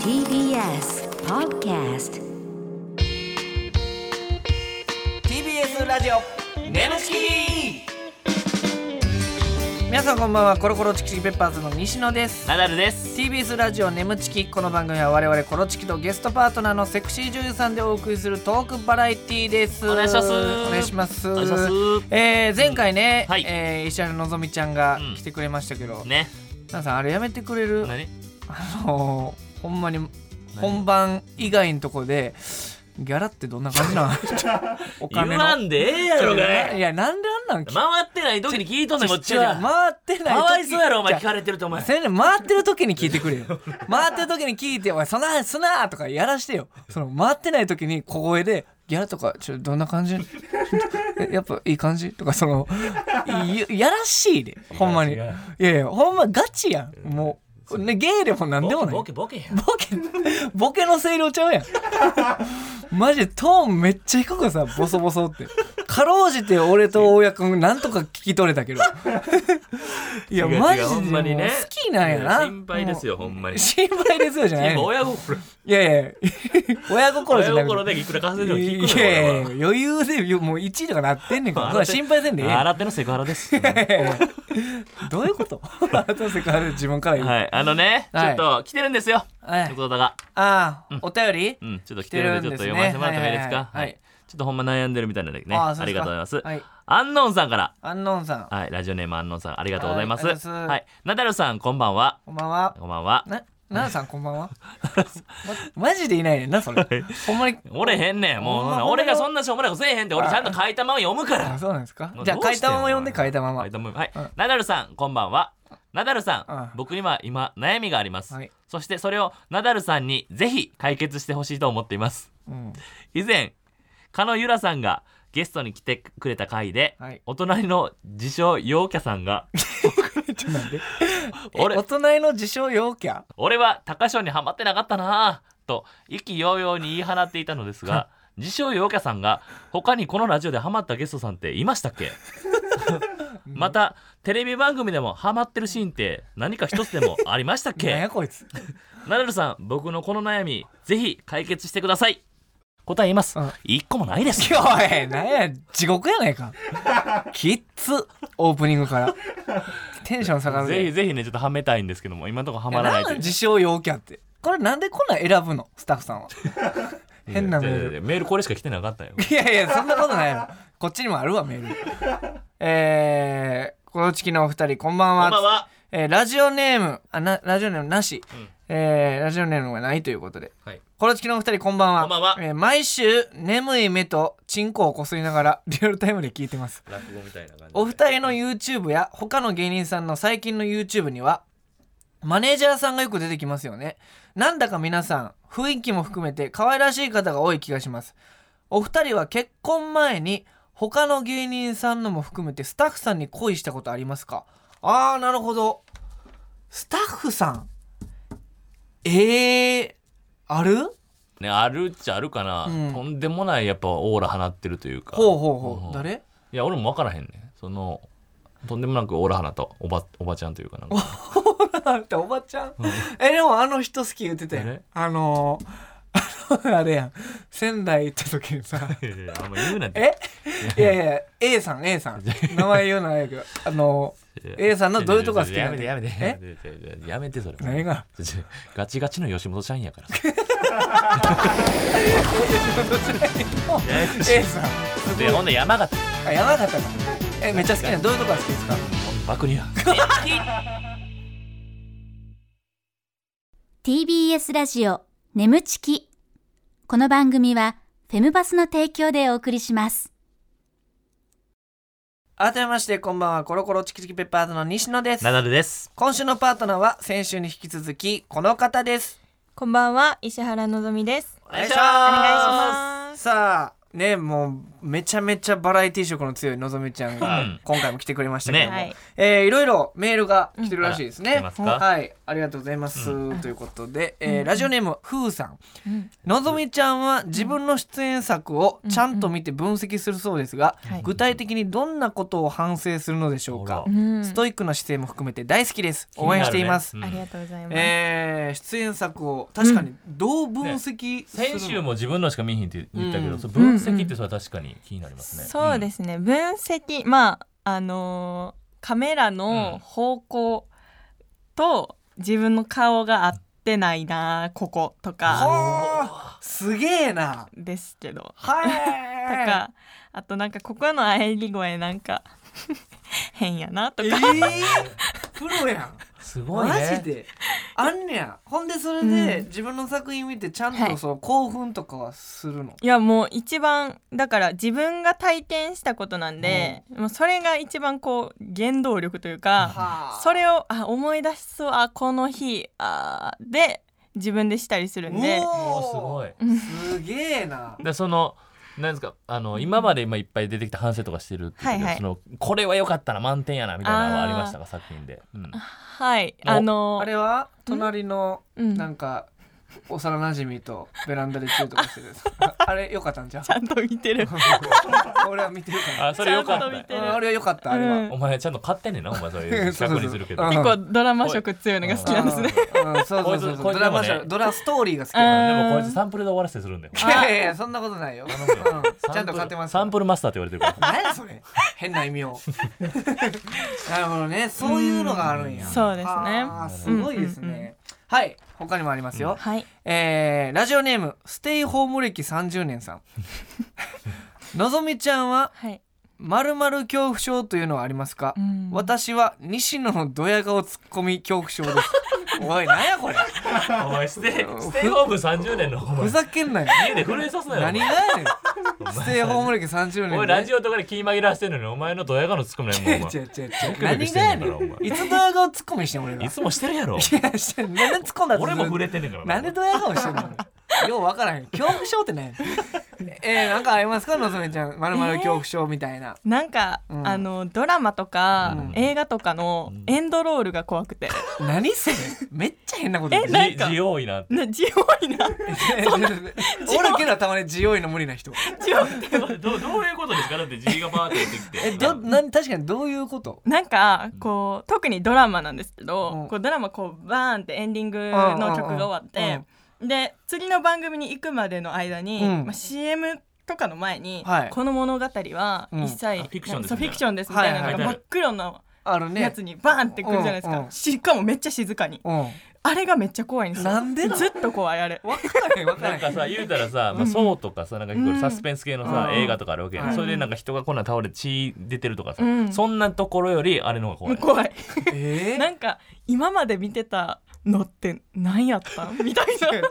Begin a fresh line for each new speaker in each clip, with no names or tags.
TBS Podcast
TBS ラジオネムチキ皆さんこんばんはコロコロチキチキペッパーズの西野です
ナダルです。
TBS ラジオネムチキこの番組は我々コロチキとゲストパートナーのセクシー女優さんでお送りするトークバラエティーです
お願いします
お願いします
お願いします
えー前回ね、
はい
えー石原のぞみちゃんが
うん
来てくれましたけど、
ね。
皆さんあれやめてくれる
何？
あのーほんまに本番以外のとこでギャラってどんな感じなのお
言
金の
わんでええやろが
い
い。
や、なんであんなん聞
回ってない時に聞いとんねんこっち
違う
は。
回ってない時。
かわいそうやろお前聞
じゃ
かれてるとお
あ
前。
せんねん回ってる時に聞いてくれよ。 回ってる時に聞いて、おい、そんな話すなとかやらしてよ。その、回ってない時に小声で、ギャラとか、ちょ、どんな感じ えやっぱいい感じとか、その、いやらしいで、ほんまに。い
違う違う
やいや、ほんまガチやん。もう、ね、ゲイでもなんでもない。
ボケボケボケやん。
ボケ、 ボケの声量ちゃうやん。マジでトーンめっちゃ低くさ、ボソボソって。かろうじて俺と大家くんなんとか聞き取れたけ ど。いや、
違う違う
マジで
ほん
も
ま
う
にね
好きなんやな。
心配ですよほんま
も
に
う。。心配ですよじゃない
今
の。
親
い
心
やいや、親心じ
親
ゃなく
心
て。
でいくら稼いでも
い
聞くの
やい
よ
や
俺は。
いや余裕でもう1位とかなってんねんからそんな心配せんでええやん
洗ってのセクハラです。
どういうことあなたせかる自分から言う、
はい。あのね、ちょ
は
っ
い
と来てるんですよ。
はい
福田が。
ああお便り、
うん。ちょっと来てるんでちょっと読ませてもらってもいいですか。
はいはいはいはい。
ちょっとほんま悩んでるみたいなんでね。
あ
あ
あそう
り
です
が
か
とうございます。
はい
アンノンさんから。
アンノンさん
はい。ラジオネームアンノンさんありがとうございま
はいあ
す。
りがとうございます
はい。ナダルさんこんばんは。
こんばんは
こんばんは。
な、ななさんこんばん は。まマジでいないねんな、それ。ほんまに。
折れへんねん。もう、
ほんま
俺がそんなしょうもないことせえへんって、俺ちゃんと書いたまま読むか
あ、
ら。
そうなんですか
もう
じゃあ
ど、う
書
し
い
て
た
ん
まま読んで書いたま
書
ま
い。たまま。はい
うん。
ナダルさん、こんばんは。ナダル
うん
さん、僕には今、悩みがあります
はい。
そしてそれをナダルさんにぜひ解決してほしいと思っています。
うん。
以前、加野ゆらさんがゲストに来てくれた回で
はい、
お隣の自称陽キャさんが、
ちょっと待 って。え
俺
お隣の自称陽キャ
俺は高所にはまってなかったなぁと意気揚々に言い放っていたのですが自称陽キャさんが他にこのラジオでハマったゲストさんっていましたっ けまたテレビ番組でもハマってるシーンって何か一つでもありましたっ
なんや
け
こいつ。
ナダルさん僕のこの悩みぜひ解決してください答え言います
うん
一個もないです
おい、なんや、地獄やない か。キッズ、オープニングから。テンション下がるで
ぜひぜひねちょっとはめたいんですけども今のところはい
や
まらないと
ないん
う
自称陽キャって。これなんでこんなん選ぶのスタッフさ んは。変なメール
いやいやいやメールこれしか来てなか ったよ
いやいや、そんなことないよ。こっちにもあるわ、メール。えー、このチキのお二人、こんばんは。
こんばんは
えーラジオネーム、あ、な、ラジオネームなし。えーラジオネームがないということで。
はい
コロチキのお二人こんばんは
こんばんは
えー毎週眠い目とチンコをこすりながらリアルタイムで聞いてます
落語みたいな感じ
お二人の YouTube や他の芸人さんの最近の YouTube にはマネージャーさんがよく出てきますよねなんだか皆さん雰囲気も含めて可愛らしい方が多い気がしますお二人は結婚前に他の芸人さんのも含めてスタッフさんに恋したことありますかあーなるほどスタッフさんえー、ある
ね、あるっちゃあるかな、
うん
とんでもないやっぱオーラ放ってるというか
ほうほうほう、
ん
誰
いや俺も分からへんねそのとんでもなくオーラ放ったおばおばちゃんというかなんか
だっておばちゃん、えでもあの人好き言ってたやん
誰
あの ー、あのあれやん仙台行った時にさ
いやいやあんま言うなって
え いやいや A さん A さん名前言うのはあれやけどあのー A さんのどういうとこが好き
や
な
め
の
てやめてや
え
めてやめてやめてそれ
何が
ちょちょガチガチの吉本社員やからさ
A さん
でほんで山形
あ山形かえめっちゃ好きなのどういうとこが好きですか
爆乳
TBS ラジオ眠ちきこの番組はフェムバスの提供でお送りします
改めましてこんばんはコロコロチキチキペッパーズの西野です
ナダルです
今週のパートナーは先週に引き続きこの方です
こんばんは、石原のぞみです。
お
お願いし
お願いし
ま
ます
さあねもうめちゃめちゃバラエティ色の強いのぞみちゃん
う
が
ん
今回も来てくれましたけども、
ねはい
えーいろいろメールが来てるらしいです
うん
ね
あら来、てますか
はいありがとうございます、ということで、えー
うん
ラジオネームふうさん
うん
のぞみちゃんは自分の出演作をちゃんと見て分析するそうですが、
はい
具体的にどんなことを反省するのでしょうか
ほ
うん
ストイックな姿勢も含めて大好きです応援しています、
気にな
あ
る
り
ね
がとうございます、
えー出演作を確かにどう分析するの、
先週も自分のしか見えへんって言ったけど、
うん
それ分析ってそれは確かに気になりますね。
そうですね分析まああのーカメラの方向と自分の顔が合ってないなこことか
はあすげえな
ですけどと
はい
かあとなんかここの喘ぎ声なんか 変やなと
え
か、
ー、プロやん
うん。すごいね。
マジであんねやほんでそれで自分の作品見てちゃん
は
と
い
その興奮とかはするの、
いやもう一番だから自分が体験したことなんで、もうそれが一番こう原動力というか、
はあ
それをあ思い出しそうあこの日あーで自分でしたりするんで
お
お
ー
ーすごい。
すげえな
でそのなんですかあの今まで今いっぱい出てきた反省とかしてるっていうけど、
はいはい
そのこれは良かったな満点やなみたいなのはありましたか作品で、うん、
はい
お
あの
あれは隣の
うん
なんか幼馴染とベランダでチューとかしてる あれよかったんじゃん
ちゃんと見てる
俺は見てるか
あそれ良かっ
ちゃ
た
んと見
ね
てる
らあれはよかった あれは、
うん
お前ちゃんと買ってんねんなお前それ
そうそうそう
逆にするけど
うん
結構ドラマ色強いのが好きなんですね
うん。うんそうそうそうそ
こ
う。
いつ
ドラマじ
こいつでも
ゃ
ね
ドラストーリーが好き
う
なの。
ん
でもこいつサンプルで終わらせてするんだよ
いやいやいやそんなことないよ。
頼むよ
うんちゃんと買ってます
サンプルマスターって言われてるか
何やそれ。変な意味 を。なるほどね。そういうのがあるんや。
うんそうですね
あーすごいです
うんうんうん
ね。はい。他にもありますよ。
はい
えーラジオネームステイホーム歴30年さん。 のぞみちゃんは
はい、
まるまる恐怖症というのはありますか
う？ん
私は西野のドヤ顔ツッコミ恐怖症です。おい、なんやこれ。
らお前ステイステイホーム30年のお前
ふざけんなよ。
家で震えさすなよ
何がやねん。ステイホーム歴30
お
年
前ラジオとかで気紛らわしてんのにお前のドヤ顔のツッコミないも んお前
違う違う違う
ドキドキ
何
し
が
て
や
ん
ね
ねんからお
んいつドヤ顔ツッコミしてん俺が
前いつもしてるやろ
いやしてん何で突っ込んだ
俺も触
れ
れてんねんから
なんでドヤ顔してんのよう分からへん恐怖症ってねえー、なんかありますかのぞみちゃんまるまる恐怖症みたいな、
なんか、
うん
あのドラマとか、
うん
映画とかの
うん
エンドロールが怖くて、
何それめっちゃ変なこと言ってる
なえ
じ
んか
自由いなって
な地いな
おるけどたまに強いの無理な人
地方っ て
どどういうことですかだって G がバーって出てきて
えどなん確かにどういうこと
なんかこう特にドラマなんですけど、
うん
こうドラマこうバーンってエンディングの曲が終わ
う
っ
んうん
て、で次の番組に行くまでの間に、
うん
まあ、CM とかの前に、
はい
この物語は
うん
一切、
あフィクションです
そ
みたいな
うフィクションですみたいなの
はい
が
はいは
真
い
っ黒の
あるね
やつにバーンってくるじゃないですか、
うんうん
しかもめっちゃ静かに
うん
あれがめっちゃ怖いんですよ
なんでなん
ずっと怖いあれ
分からへん分から
な
へん
んかさ言うたらさ、まあ、そうとかさなんか結
う
構
ん
サスペンス系のさ、
うん
映画とかあるわけやん、
うん
それでなんか人がこんなん倒れて血出てるとかさ、
うん
そんなところよりあれの方が怖い。
怖い
えー
なんか今まで見てたのって何やったんみたい な
違う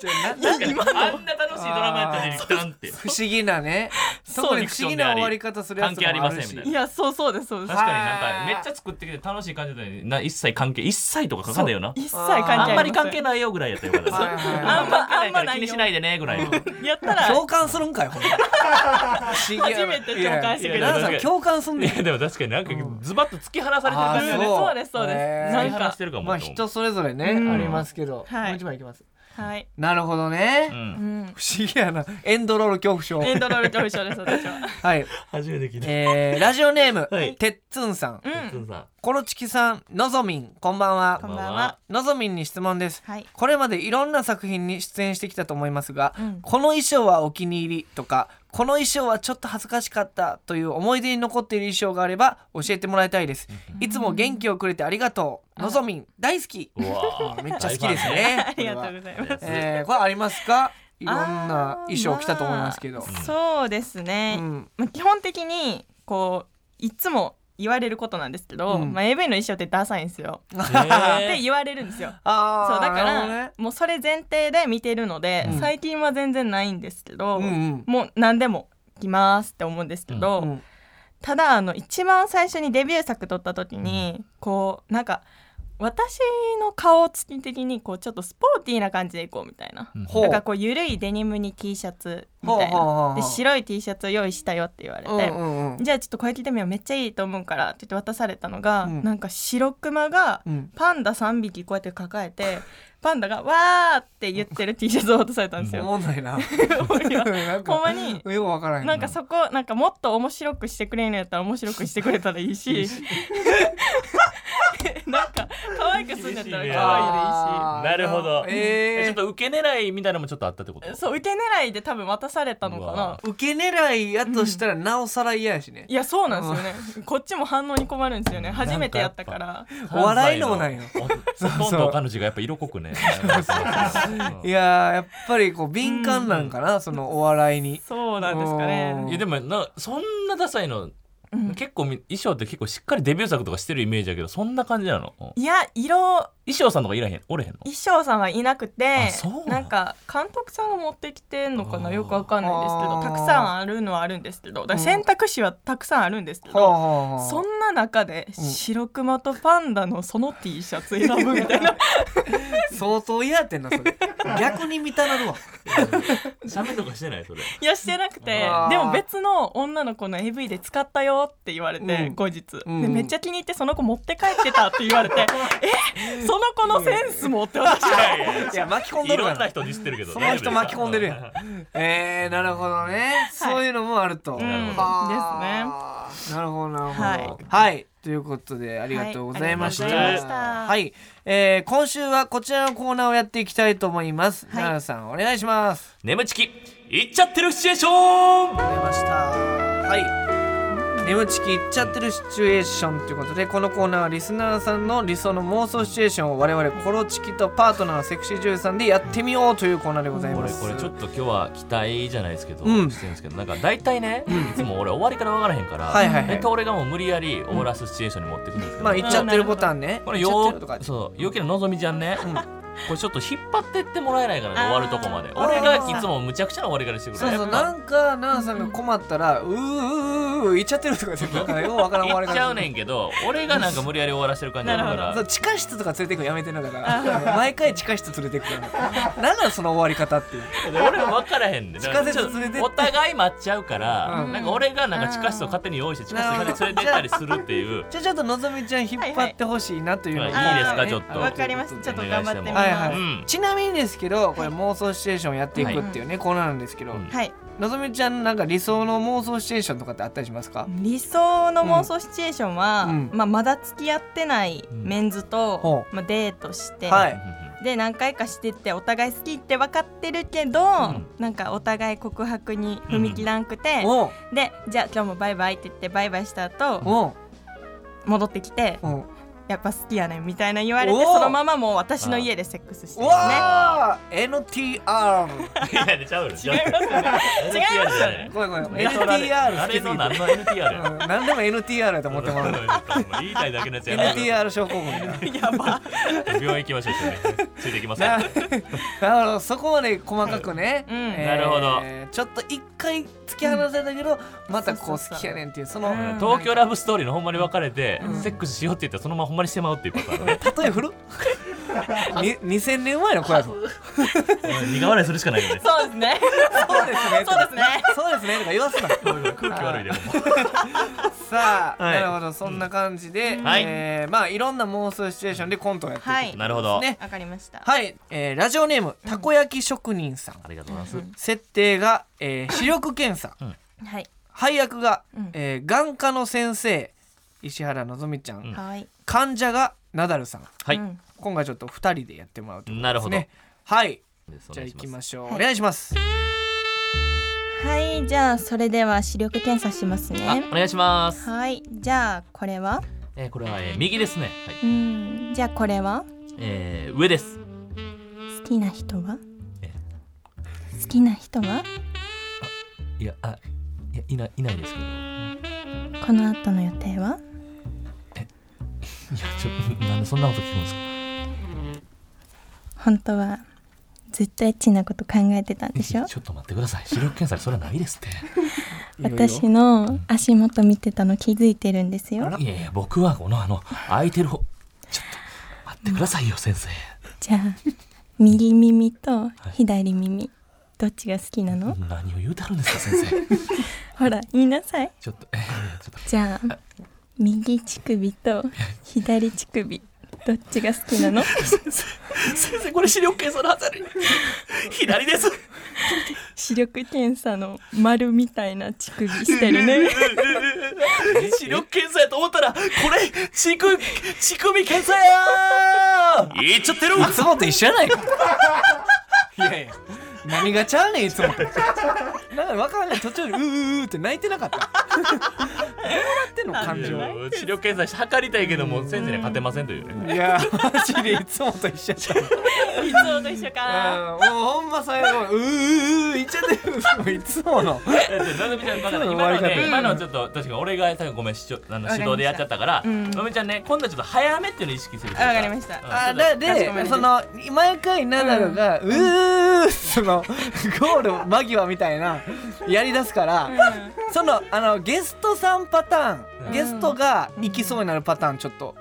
違うななんか
あんな楽しいドラマやったのにダンって
不思議なね
そう
特に不思議な終わり方するやつもあるし
関係ありませんみた
いやそうそうですそうです
確かになんかめっちゃ作ってきて楽しい感じだったのにな一切関係一切とか書かないよな
一切関係
あ
あ
んまり関
せ
係ないよぐらいやったよかった
はいはいはい
あんま
あんま
あんま気にしないでねぐらいの
やったら
共感するんかいほんま初
初めて共感して
くれる
さん共感すん
い
ね
や
ん
でも確かになんかズバッと突き放されてる
う
感
ん
じ
あー
だね
そう
そうですそうです、
へー
な
突き放
ん
し
か
てるかも
まあ
と思う
人それぞれね
うん
ありますけど
はい
もう一枚いきます
はい、
なるほどね
う
うんん、
不思議やなエンドロール恐怖症
エンドロールと一緒です私は
はい
初めて聞いた
えーラジオネーム
はい
てっつんさん
う
哲
ん
夫さ
コロチキさんのぞみん こんばん
ん
こ
は
んばんは
のぞみんに質問です
はい
これまでいろんな作品に出演してきたと思いますが、
うん
この衣装はお気に入りとかこの衣装はちょっと恥ずかしかったという思い出に残っている衣装があれば教えてもらいたいです、いつも元気をくれてありがとうのぞみん大好き
うわー
めっちゃ好きですね
ありがとうご
い
ざいます
えーこれありますかいろんな衣装着たと思いますけど、
あーまあそうですね、
うん
まあ、基本的にこういつも言われることなんですけど、
うん
まあ、AV の衣装ってダサいんですよ、って言われるんですよ
あー
そうだか
なる
ら、
ほどね
もうそれ前提で見てるので、
うん
最近は全然ないんですけど、
うんうん
もう何でも着ますって思うんですけど、
うん
ただあの一番最初にデビュー作撮った時に、こうなんか私の顔つき的にこうちょっとスポーティーな感じでいこうみたいな
うん
ほ
だからこう緩いデニムに T シャツみたい
ほうほうほうほ
な
う
で白い T シャツを用意したよって言われて、
うんうんうん
じゃあちょっとこれ着てみようめっちゃいいと思うからって言って渡されたのが、
うん
なんか白クマが
うん
パンダ3匹こうやって抱えてパンダが「わー!」って言ってる T シャツを渡されたんです
お
よ。
もんないな
いや
なん
ほん
か
まに
よくわからへん
なんかそこなんかもっと面白くしてくれるのやったら面白くしてくれたらいいし なんか可愛くするんやったら可愛いでいいし
あー
なるほどえちょ
え
っと受け狙いみたいなのもちょっとあったってこと
そう受け狙いで多分渡されたのか
うわ
な
ー受け狙いやとしたらなおさら嫌やしね
いやそうなんですよねこっちも反応に困るんですよね
なんか
初めてやったから
関西
お笑いのもないよ
おほとんど彼女がやっぱ色濃くね
いやーやっぱりこう敏感なんかなそのお笑いに
そうなんです
う
か
ん
ね
いやでもなそんなダサいの
うん
結構み衣装って結構しっかりデビュー作とかしてるイメージだけどそんな感じなのうん
いや色
衣装さんとかいらへんおれへんの
衣装さんはいなくて
あそうな
なんんか監督さんが持ってきてんのか
あ
な
ー
よくわかんないですけ
あ
ど
ー
たくさんあるのはあるんですけどだから選択肢はたくさんあるんですけ
は
ど
あはあはあ
そんな中で
うん
白クマとパンダのその T シャツ選ぶみた いな
相当嫌やってんなそれ逆に見たなるわ
喋るとかしてないそれ
いやしてなくて
あー
でも別の女の子の AV で使ったよって言われて
うん
後日で
うん
めっちゃ気に入ってその子持って帰ってたって言わ れてえその子のセンスもって私はい
や巻き込ん
い
でるか
ろんな
ら
人に知ってるけど
その人巻き込んでるや んえー、なるほどねそういうのもあると、
うん
はあなるほどなるほどは
はいい、
ということでありがとうございました、
は
はいい
ありがとうございました
えー今週はこちらのコーナーをやっていきたいと思います、
はい
奈良さんお願いします
眠ちきいっちゃってるシチュエーション
出ましたはい眠ちきいっちゃってるシチュエーションということでこのコーナーはリスナーさんの理想の妄想シチュエーションを我々コロチキとパートナーセクシー女優さんでやってみようというコーナーでござい
こ
ま
れ
す
これちょっと今日は期待じゃないですけど、
うん
してるんですけどなんか大体ねいつも俺終わりから分からへんから
はいはいはい
大体俺がもう無理やりオーラスシチュエーションに持ってくるんですけど、
まあ言っちゃってるボタンね
これ
言っちゃっ
よ
てるとか
そう陽気なのぞみちゃんね、
うん
これちょっと引っ張ってってもらえないからね終わるとこまで
あ
ー
俺がいつもむちゃくちゃな終わりからしてくる
そうそうなんか奈々さんが困ったら「うーうーうーうー言っちゃってる」とかってなんかようわからん終わり
言っちゃ
方
うねんけど俺がなんか無理やり終わらせてる感じだか
なる
そう
ら
地下室とか連れてくのやめてんのだから毎回地下室連れてくからなんなんその終わり方っていう
俺は分からへんで
地下鉄連れてって
なんかちょっとお互い待っちゃうから、
うん
なんか俺がなんか地下室を勝手に用意して地下室に連れてったりするっていう
じゃあちょっとのぞみちゃん引っ張ってほしいなというのを
はい
はい
ね
いいですか
ちょっと
わかりま
とい
す
う
ちょっ
ことで
頑張ってみ
はいはい、
ます
うん
ちなみにですけどこれ妄想シチュエーションやっていくっていうね、コーナーなんですけど、
うん
はい
のぞみちゃんなんか理想の妄想シチュエーションとかってあったりしますか、
理想の妄想シチュエーションは、
うん
まあ、まだ付き合ってないメンズ
うん
と
ほ、
まあ、デートして、
はい
で何回かしてってお互い好きって分かってるけど、
ん
なんかお互い告白に踏み切らんくて、
おう
でじゃあ今日もバイバイって言ってバイバイした後
おう
戻ってきて
おう
やっぱ好きやねんみたいな言われて
おー
そのままもう私の家でセックスし
う
てるんですね。
わー NTR
いやいやちゃうよ違いますよ
違いますよね
ごめんごめん
違う
NTR 好
あ
き
れ
すぎ
の
て
何の NTR や
うん何でも NTR やと思っても らう
言いたいだけのやつや
NTR 症候群や
やば
病院行きましょう一緒にねついていきます
ななるほどそこまで細かくね、
うん
えー
なるほど
ちょっと一回突き放されたけど、またこう
そうそうそう
好きやねんっていうその、
うん
東京ラブストーリーのほんまに別れて、
うん
セックスしようって言ったらそのままほんまにしてまうっていうことね
例え古っに2000年前の子やぞ
苦笑いするしかないよね
そうですね
そうですね
そうですね
そうですねとか言わすな
空気悪いでほんま
さあ、
はい
なるほどそんな感じで、
はい
えーまあいろんな妄想シチュエーションでコントをやっていく
はい
なるほど、
ね
わかりました
はい、えーラジオネームたこ焼き職人さん、
ありがとうございます、
設定が、えー視力検査
はい
配役が、
うん
えー眼科の先生石原のぞみちゃん、
うん
はい
患者がナダルさん
はい、
うん
今回ちょっと2人でやってもらうということ
な
で
るほ
す
ど、
ねはい
です
じゃあ行きま
し
しょう、
はい
お願いします
はいじゃあそれでは視力検査します
あ
ね
お願いします、
はいじゃあこれは
えー、これは、えー、右ですね、はい
うんじゃあこれは
えー、上です
好きな人は
え
好きな人はい
やあいやいないいないですけどいや
この後の予定は
ちょなんでそんなこと聞くんですか
本当はずっとエッチなこと考えてたんでしょ
ちょっと待ってください視力検査でそれはないですって
私の足元見てたの気づいてるんですよ
いやいや僕はこのあの空いてる方ちょっとってくださいよ、先生。
じゃあ右耳と左耳どっちが好きなの
何を言うてはるんですか、先 生。
ほら言いなさい
ちょっと、えーちょっと。
じゃあ右乳首と左乳首どっちが好きなの
先生、これ視力検査のはずやねん左です。
視力検査の丸みたいな乳首してる ね
視力検査やと思ったら、これ、乳首、乳首検査やー言っちゃってる
いつもと一緒やないかいやいや何がちゃうねんいつもとなんかわからない途中でうーうーうーって泣いてなかったどうなってんの感
い
情
やもう視力検査して測りたいけども先生には勝てませんというね
いやマジでいつもと一緒やっ
いつもと一緒か な
たうんもうほんま最後うーうーうーいっちゃってるいつもの
のみちゃんバカだ今
終わり
の
方
ね今のはちょっと確かに俺が最後ごめん主張あの
わかりました
指導でやっちゃったから
うん
のみちゃんね今度はちょっと早めっていうのを意識する
わかりました
あ
だ
だ
かしこまりま
で
した
その毎回ナダルが「うー」そのゴール間際みたいなやりだすから、そのあのゲストさんパターン、
うん
ゲストが行きそうになるパターンちょっと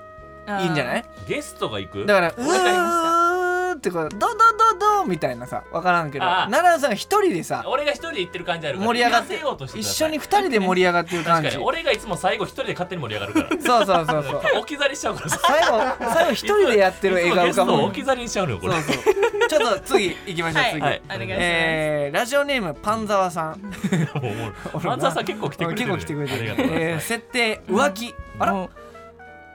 いいんじゃない、
ゲストが行く
だから「
わ
う
かりま
ー」ってこう「どどどど」みたいなさ分からんけど
あー
ナダルさんが一人でさ
俺が一人で行ってる感じあるから
盛り上がって
言わせようとしてく
一
だ
緒
さい
に二人で盛り上がってる感
確
じ
かに
そう
俺がいつも最後一人で勝手に盛り上がるから
そうそうそう
置き去りしちゃうからさ
最後最後一人でやってる映画
い
浮か
つもゲストを
ぶ
置き去りにしちゃうのよ
そ
こ
う
れ
そうちょっと次行きましょう
はい
次、
はい
お願いします、
えーラジオネームパンザワさん
もうもう漫才さん結構来てくれて
結
る
構来てくれて
あり
る
がとうござい
え
ま
ー
す
設定浮気あら
お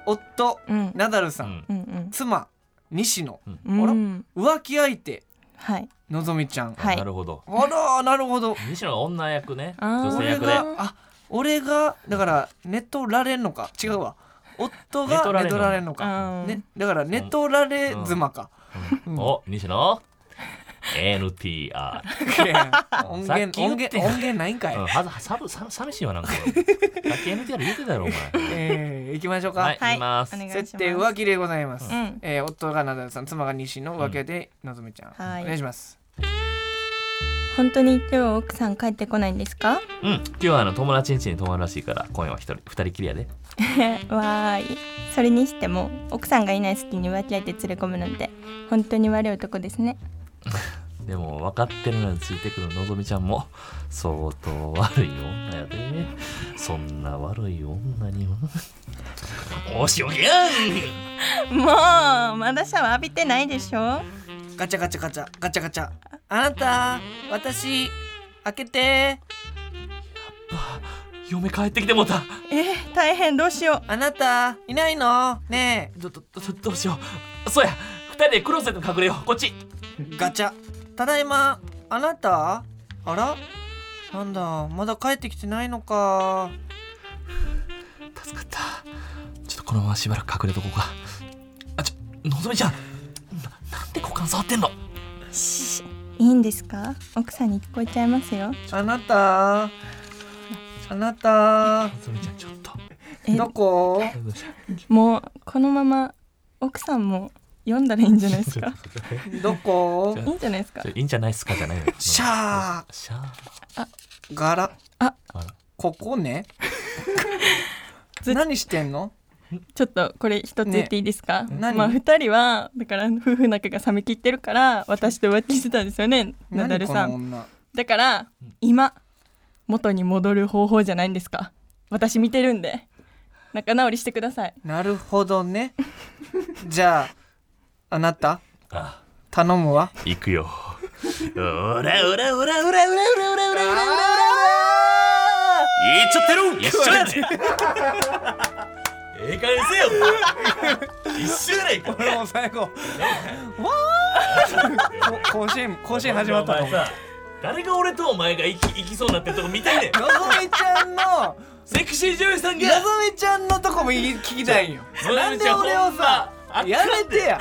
夫
うん
ナダルさ
うんん
うんうん
妻西野
うん
浮気相手
はい
のぞみちゃん
はい
なるほど
あらなるほど
西野が女役ね
あー
女性
俺
役で
があ俺がだから寝取られんのか違うわ夫
寝取
が
られ
寝
んの
取られんのか
うん
ねだから寝取られ妻か
うんお西野 NTR
いや音
さっ
源
き言
音
って
源音源ないんかい
うん、はず、さぶ、さ、寂しいわ、なんか。さ っき NTR 言ってたろ、お前。
えー行きましょう
は
か
い、言います
お。願いします
設定浮気でございます
うん
えー夫がナダルさん妻が西野浮気でのぞみちゃん
はい
お願いします
本当に今日は奥さん帰ってこないんですか
うん、今日はあの友達ん家に泊まるらしいから、今夜は一人、二人きりやで。
わーいそれにしても奥さんがいない隙に浮気相手連れ込むなんて本当に悪い男ですね
でも、分かってるのについてくるのぞみちゃんも、相当悪い女やで。そんな悪い女には。おしおげん
もうまだシャワー浴びてないでしょ
ガチャガチャガチャガチャガチャあなた私開けて
嫁帰ってきてもうた。
えー大変どうしよ
あなたいないのね
ど、ど、ど、どうしよう。そうや、二人でクローゼットに隠れよう。こっち。
えガチャただいまあなたあらなんだまだ帰ってきてないのか
助かったちょっとこのまましばらく隠れとこうかあちょのぞみちゃんななんで股間触ってんの
うしいいんですか奥さんに聞こえちゃいますよ
あなたあなた
のぞみちゃんちょっと
え
どこ
のぞみちゃん
もうこのまま奥さんも読んだらいいんじゃないです か
どこ
いいんじゃないですか
ちょいいんじゃないっすかじゃないよ
シャー
シャー
柄
あ
あら
ここね
ず
何してんの
ちょっとこれ一つ言っていいですか、
ね何
まあ二人はだから夫婦仲が冷めきってるから私と浮気してたんですよねナダ
何
ル
こ
さ
の
ん
女
だから今元に戻る方法じゃないんですか私見てるんで仲直りしてください
なるほどねじゃああなた
あ
頼むわ
行くようらうらうらうらうらうらうらうらうらうらうら言っちゃってる一緒やねんええ加減せよ一緒やないか
これもう最後わーこ甲子園甲子園始まったと
お前
思う
さ誰が俺とお前が行き行きそうになってるとこ見たいねん
のぞみちゃんののぞ
セクシー女優さんが
みちゃんのとこも聞きたいんよ
のぞ
なん
み
で
ちゃん
俺をさ
ほんま
やめてや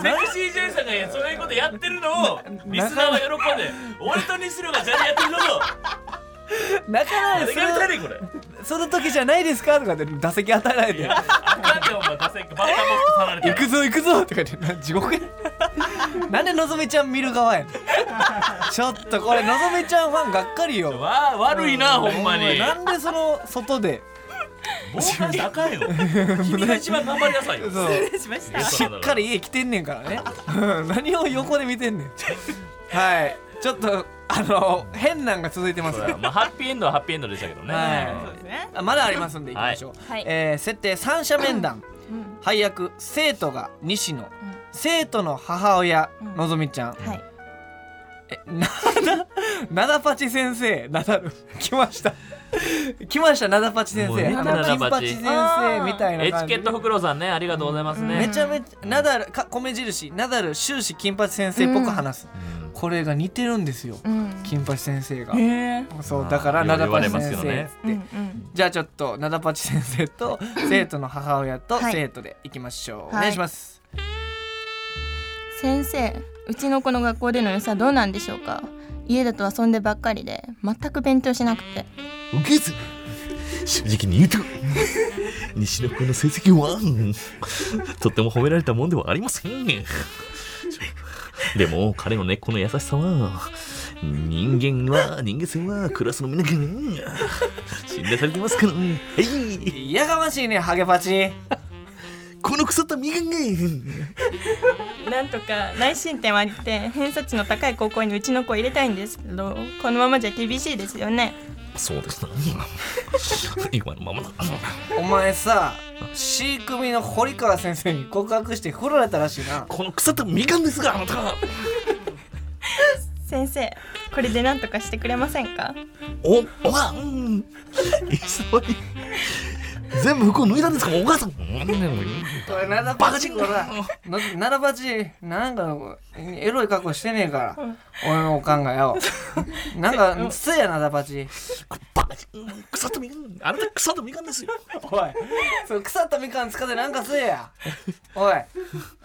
セクシー女優さんがそういうことやってるのをリスナーが喜んで俺と西野がジャニーやってるのと
なかな
誰が見た
か
ねんこれ
その時じゃないですかとかって打席与えられて
あかんでお前ダセックバッターボックス離れて
行くぞ行くぞとか言ってな地獄や なんでのぞみちゃん見る側やねんちょっとこれのぞみちゃんファンがっかりよ
わあ悪いなほんまに
なんでその外で
傍観してあ かんよ君が一番頑張りなさいよ
そう
礼しました
しっかり家来てんねんからねうん何を横で見てんねんはいちょっとあの変なんが続いてます
そうやまあハッピーエンドはハッピーエンドでしたけどね、
はい
そうですね
あまだありますんでいきましょう、
はい
えー設定三者面談
うん
配役生徒が西野、生徒の母親、
うん
のぞみちゃん
はい
えなだなだぱち先生なだる来ました来ましたなだぱち先
もうね
生あの
なだ
金
ぱち
八先生みたいな感じ
エチケットフクロウさんねありがとうございます
め
ね、
ちゃめちゃナダルか米印ナダル終始金八先生っぽく話す、
うん
これが似てるんですよ
うん
金八先生が
へえ
そう
まあ
だから
よう
ナダ
言わ
パ
れ
チ
ま
先
すけど
生っ
ね
つって、
うんうん
じゃあちょっとナダパチ先生と生徒の母親と
はい
生徒でいきましょう、
はい
お願いします
先生うちの子の学校での良さどうなんでしょうか家だと遊んでばっかりで全く勉強しなくて
ウケず正直に言う と西野君の成績はうん
とっても褒められたもんではありませんでも彼の根っこの優しさは人間は人間性はクラスのみんながうん信頼されてますからうんはい
いやがましいねハゲパチ
この腐ったみかんがうん
なんとか内申点を上げて偏差値の高い高校にうちの子を入れたいんですけどこのままじゃ厳しいですよね
そ うですな今のままだ
お前さ C 組の堀川先生に告白して振られたらしいな
この腐ったみかんですがあなた
先生これでなんとかしてくれませんか
おおはうん急い全部服を脱いだんですかお母さん
これナダパチこれなナダパチなんかエロい格好してねえから俺のおかんが よなんかつやナダパチ
バカうん腐ったみかんあなた腐ったみかんですよ
おいその腐ったみかん使ってなんかせえやおい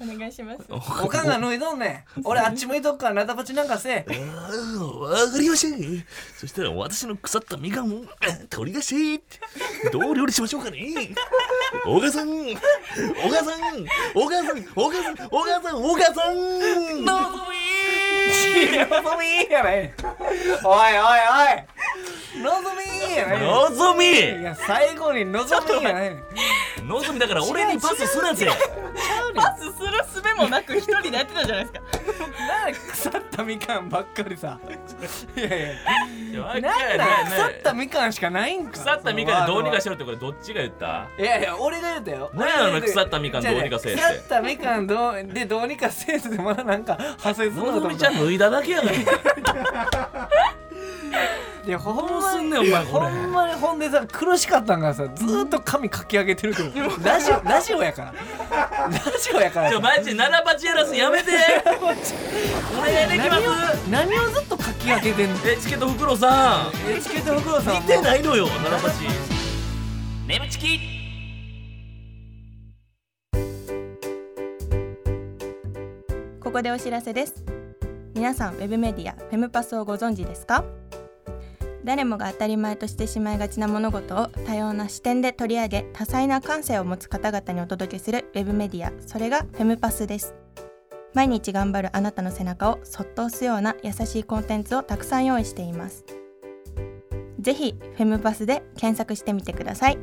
お願いします
おかんが脱いどんねん俺あっち向いとくからナダパチなんかせえ
あーわかりましたそしたら私の腐ったみかんをうん取り出してどう料理しましょうかねお母さんお母さんお母さんお母さんお母さんお母さん
のぞみーいやのぞみーやないおいおいおいのぞみーやない
のぞ
い
み
や最後にのぞみーやない
のぞみだから俺にパスすなぜ
すするすべもなく一人でやってたじゃないですか
なんで腐ったみかんばっかりさいやい
な
やなんだ腐ったみかんしかないんか
腐ったみかんでどうにかし
ろ
ろってこれどっちが言った
いやいや俺が言うたよ
何やあの腐ったみかんどうにかせえって
じゃあね腐ったみかんどうでどうにかせえってまだなんか派生するのか
の
と
ぞ
思
み
っ
ちゃ
た
ん脱いだだけやがん
いやほ
ど
ん
う
ますに
んねんお前こ
ほ
れ
んまにほんでさ苦しかったんがさずーっと髪かき上げてる けどラジオラジオやからラジオやから
ちょ
さ
マジ七八やらすやめてお願いできます
何をずっとかき上げてんの
エチケット袋さん
エチケット袋さん
似
も
てないのよ七八眠ちき
ここでお知らせです皆さんウェブメディアフェムパスをご存知ですか誰もが当たり前としてしまいがちな物事を多様な視点で取り上げ多彩な感性を持つ方々にお届けするウェブメディアそれがフェムパスです毎日頑張るあなたの背中をそっと押すような優しいコンテンツをたくさん用意していますぜひフェムパスで検索してみてください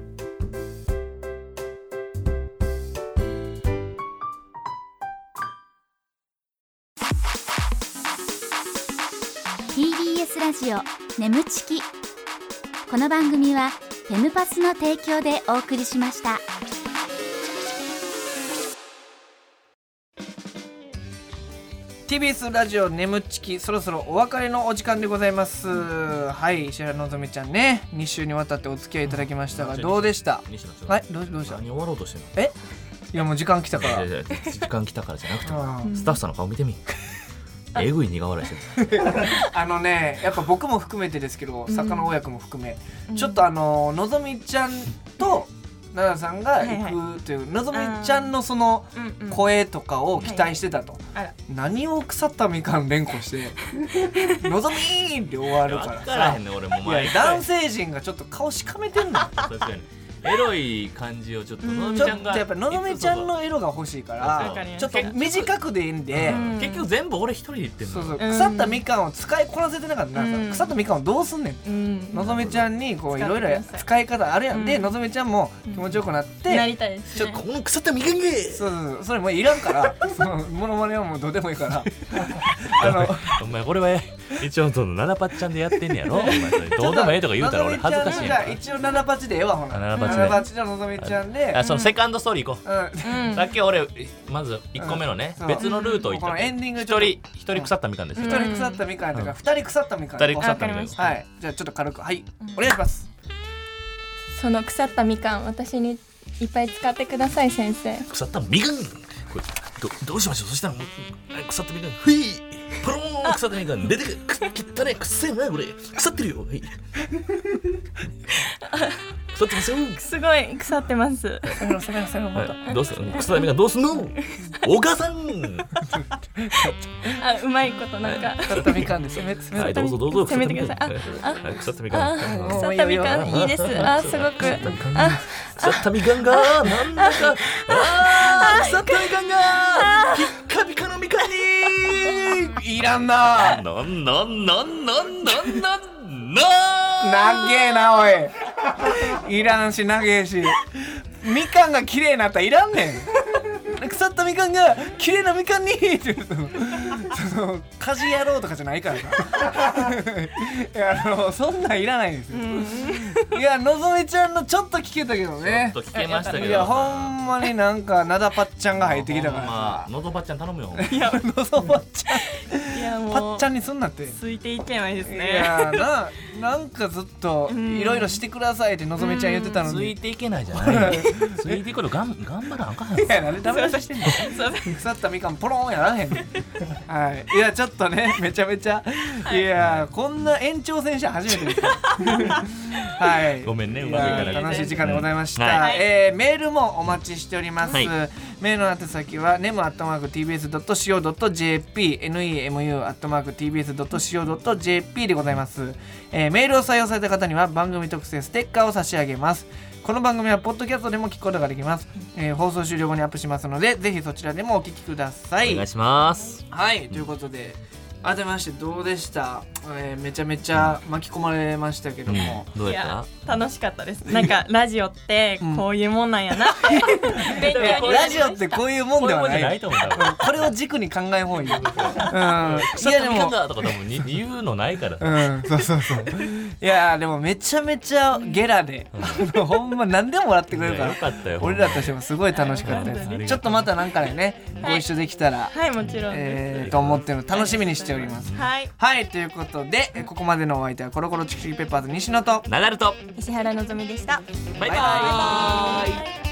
ー TBS ラジオ眠ちきこの番組はフェムパスの提供でお送りしました
TBS ラジオ眠っちきそろそろお別れのお時間でございますはい石原のぞみちゃんね2週にわたってお付き合いいただきましたがどうでした
西野ちゃん
はいどうどうしたい
何終わろうとしてんの
やもう時間来たから
いやいや時間来たからじゃなくて
うん
スタッフさんの顔見てみえぐい苦笑い してる
あのねやっぱ僕も含めてですけど魚親子も含め、ちょっとあののぞみちゃんと奈々さんが行くという、のぞみちゃんのその声とかを期待してたと、何を腐ったみかん連呼 して「のぞみー!」って終わるか
分
ら
から
さ
へんね俺も
い
前
や男性陣がちょっと顔しかめてんの
確かにエロい感じをちょっとののみ
ちょ
ちゃ
っ
んが
とやっぱののめちゃん
そうそう
の色が欲しいか
わ
かり
ら
まし
ちょ
た
っと短くでいいんで、
そう
うん
結局全部俺一人で言ってんの
そうそう
うん
腐ったみかんを使いこなせてなかったな、
うん
腐ったみかんをどうすんねん
うん
のぞめちゃんにこうい
使って
ろい
く
ろ
ださい
使い方あるやん、で
うん
のぞめちゃんも気持ちよくなって、
なりたいです
ちょっとこの腐ったみかんが
そうそうそうそれもういらんから そのモノマネはもうどうでもいいからあの
お前これは一応その七パッチャンでやってんね やろお前それどうでもええとか言うたら俺恥ずかしい
のぞめちゃ
や
んが一応七パチでええわほな
あ七八で
七八でのぞめちゃんで
んあそのセカンドストーリー行こう、
うん
うん
さっき俺まず一個目のね、
うん
別のルートを行っ
この
た
エンディング
一
ちょっ
人
と
一人腐ったみかんですよ
一
一
うん
人腐ったみかんと
う
か
ん
二人腐ったみかんとか
人腐ったみかんです
はいじゃあちょっと軽くはいお願いします
その腐ったみかん私にいっぱい使ってください先生
腐ったみかんこれどどうしましょうそしたらもう腐ったみかんふいポローン腐ったみ かん出てくく汚ねくっせえなこれ腐ってるよはい腐ってますよ
すごい腐ってます
どうすんの腐ったみかんどうすん のお母さん
あうまいことなんか
腐ったみかんですよねつ
はいいどうぞどうぞ
攻めてくださいああ
はい腐ったみかん
もう
腐ったみかんいいです あすごくあ
腐ったみかんがなんだかあー腐ったみかんがピッカピカのみかんに
いらんな
なんなんなんなんなんなん
なげえなおいいらんしなげえしみかんが綺麗になったらいらんねん腐ったみかんが綺麗なみかんにってそのその家事やろうとかじゃないからさいやあのそんなんいらないんですよ、いやのぞみちゃんのちょっと聞けたけどね
ちょっと聞けましたけど
いやほんまになんかなだぱっちゃんが入ってきたから
ま
さ
あのどばっちゃん頼むよ
いやのぞぱっちゃん
いや
ぱ
も
っ
う
ちゃんにすんなって
ついていけないです
い
ね
やななんかずっと
うん
いろいろしてくださいってのぞみちゃん言ってたの
つ
に
いていけないじゃないついていくのがん頑張らんあか んや
いやなんでダメ出ししてんの
すいません
腐ったみかんポロンやらへんはいいやちょっとねめちゃめちゃいやこんな延長戦車初めてですはい
ごめんねうまくいかなく
や
て
楽しい時間でございまし
うん
た
は
えーメールもお待ちしております
はい
メールの宛先は nemu.tbs.co.jp nemu.tbs.co.jp でございます、えーメールを採用された方には番組特製ステッカーを差し上げますこの番組はポッドキャストでも聞くことができます、えー放送終了後にアップしますのでぜひそちらでもお聞きください
お願いします
はいということで改めましてどうでした、えーめちゃめちゃ巻き込まれましたけども、
どうやっ
楽しかったですなんかラジオってこういうもんなん やなって勉強になりました
ラジオってこういうも
た
んでは
こういうもんじゃ
な
な い
い
と思うから
これを軸に考えん方がいいよ、うん、
腐
い
っ
や
た
で
みか
も
んだとか多分に 言うのないから
うん、 そうそうそう。 いやーでもめちゃめちゃゲラで、あのほんま何でも笑ってくれるか
よ
ら。
かったよ
俺らとしてもすごい楽しかったです
はい
ね。ちょっとまたなんかでね、ご一緒できたら、
はいもちろんです
えー、と思ってるの楽しみにしております。
はい
はい、ということで、えここまでのお相手はコロコロチキチキペッパーズ西野と。
流れと
石原のぞみでした
バイバ
バイバ
イ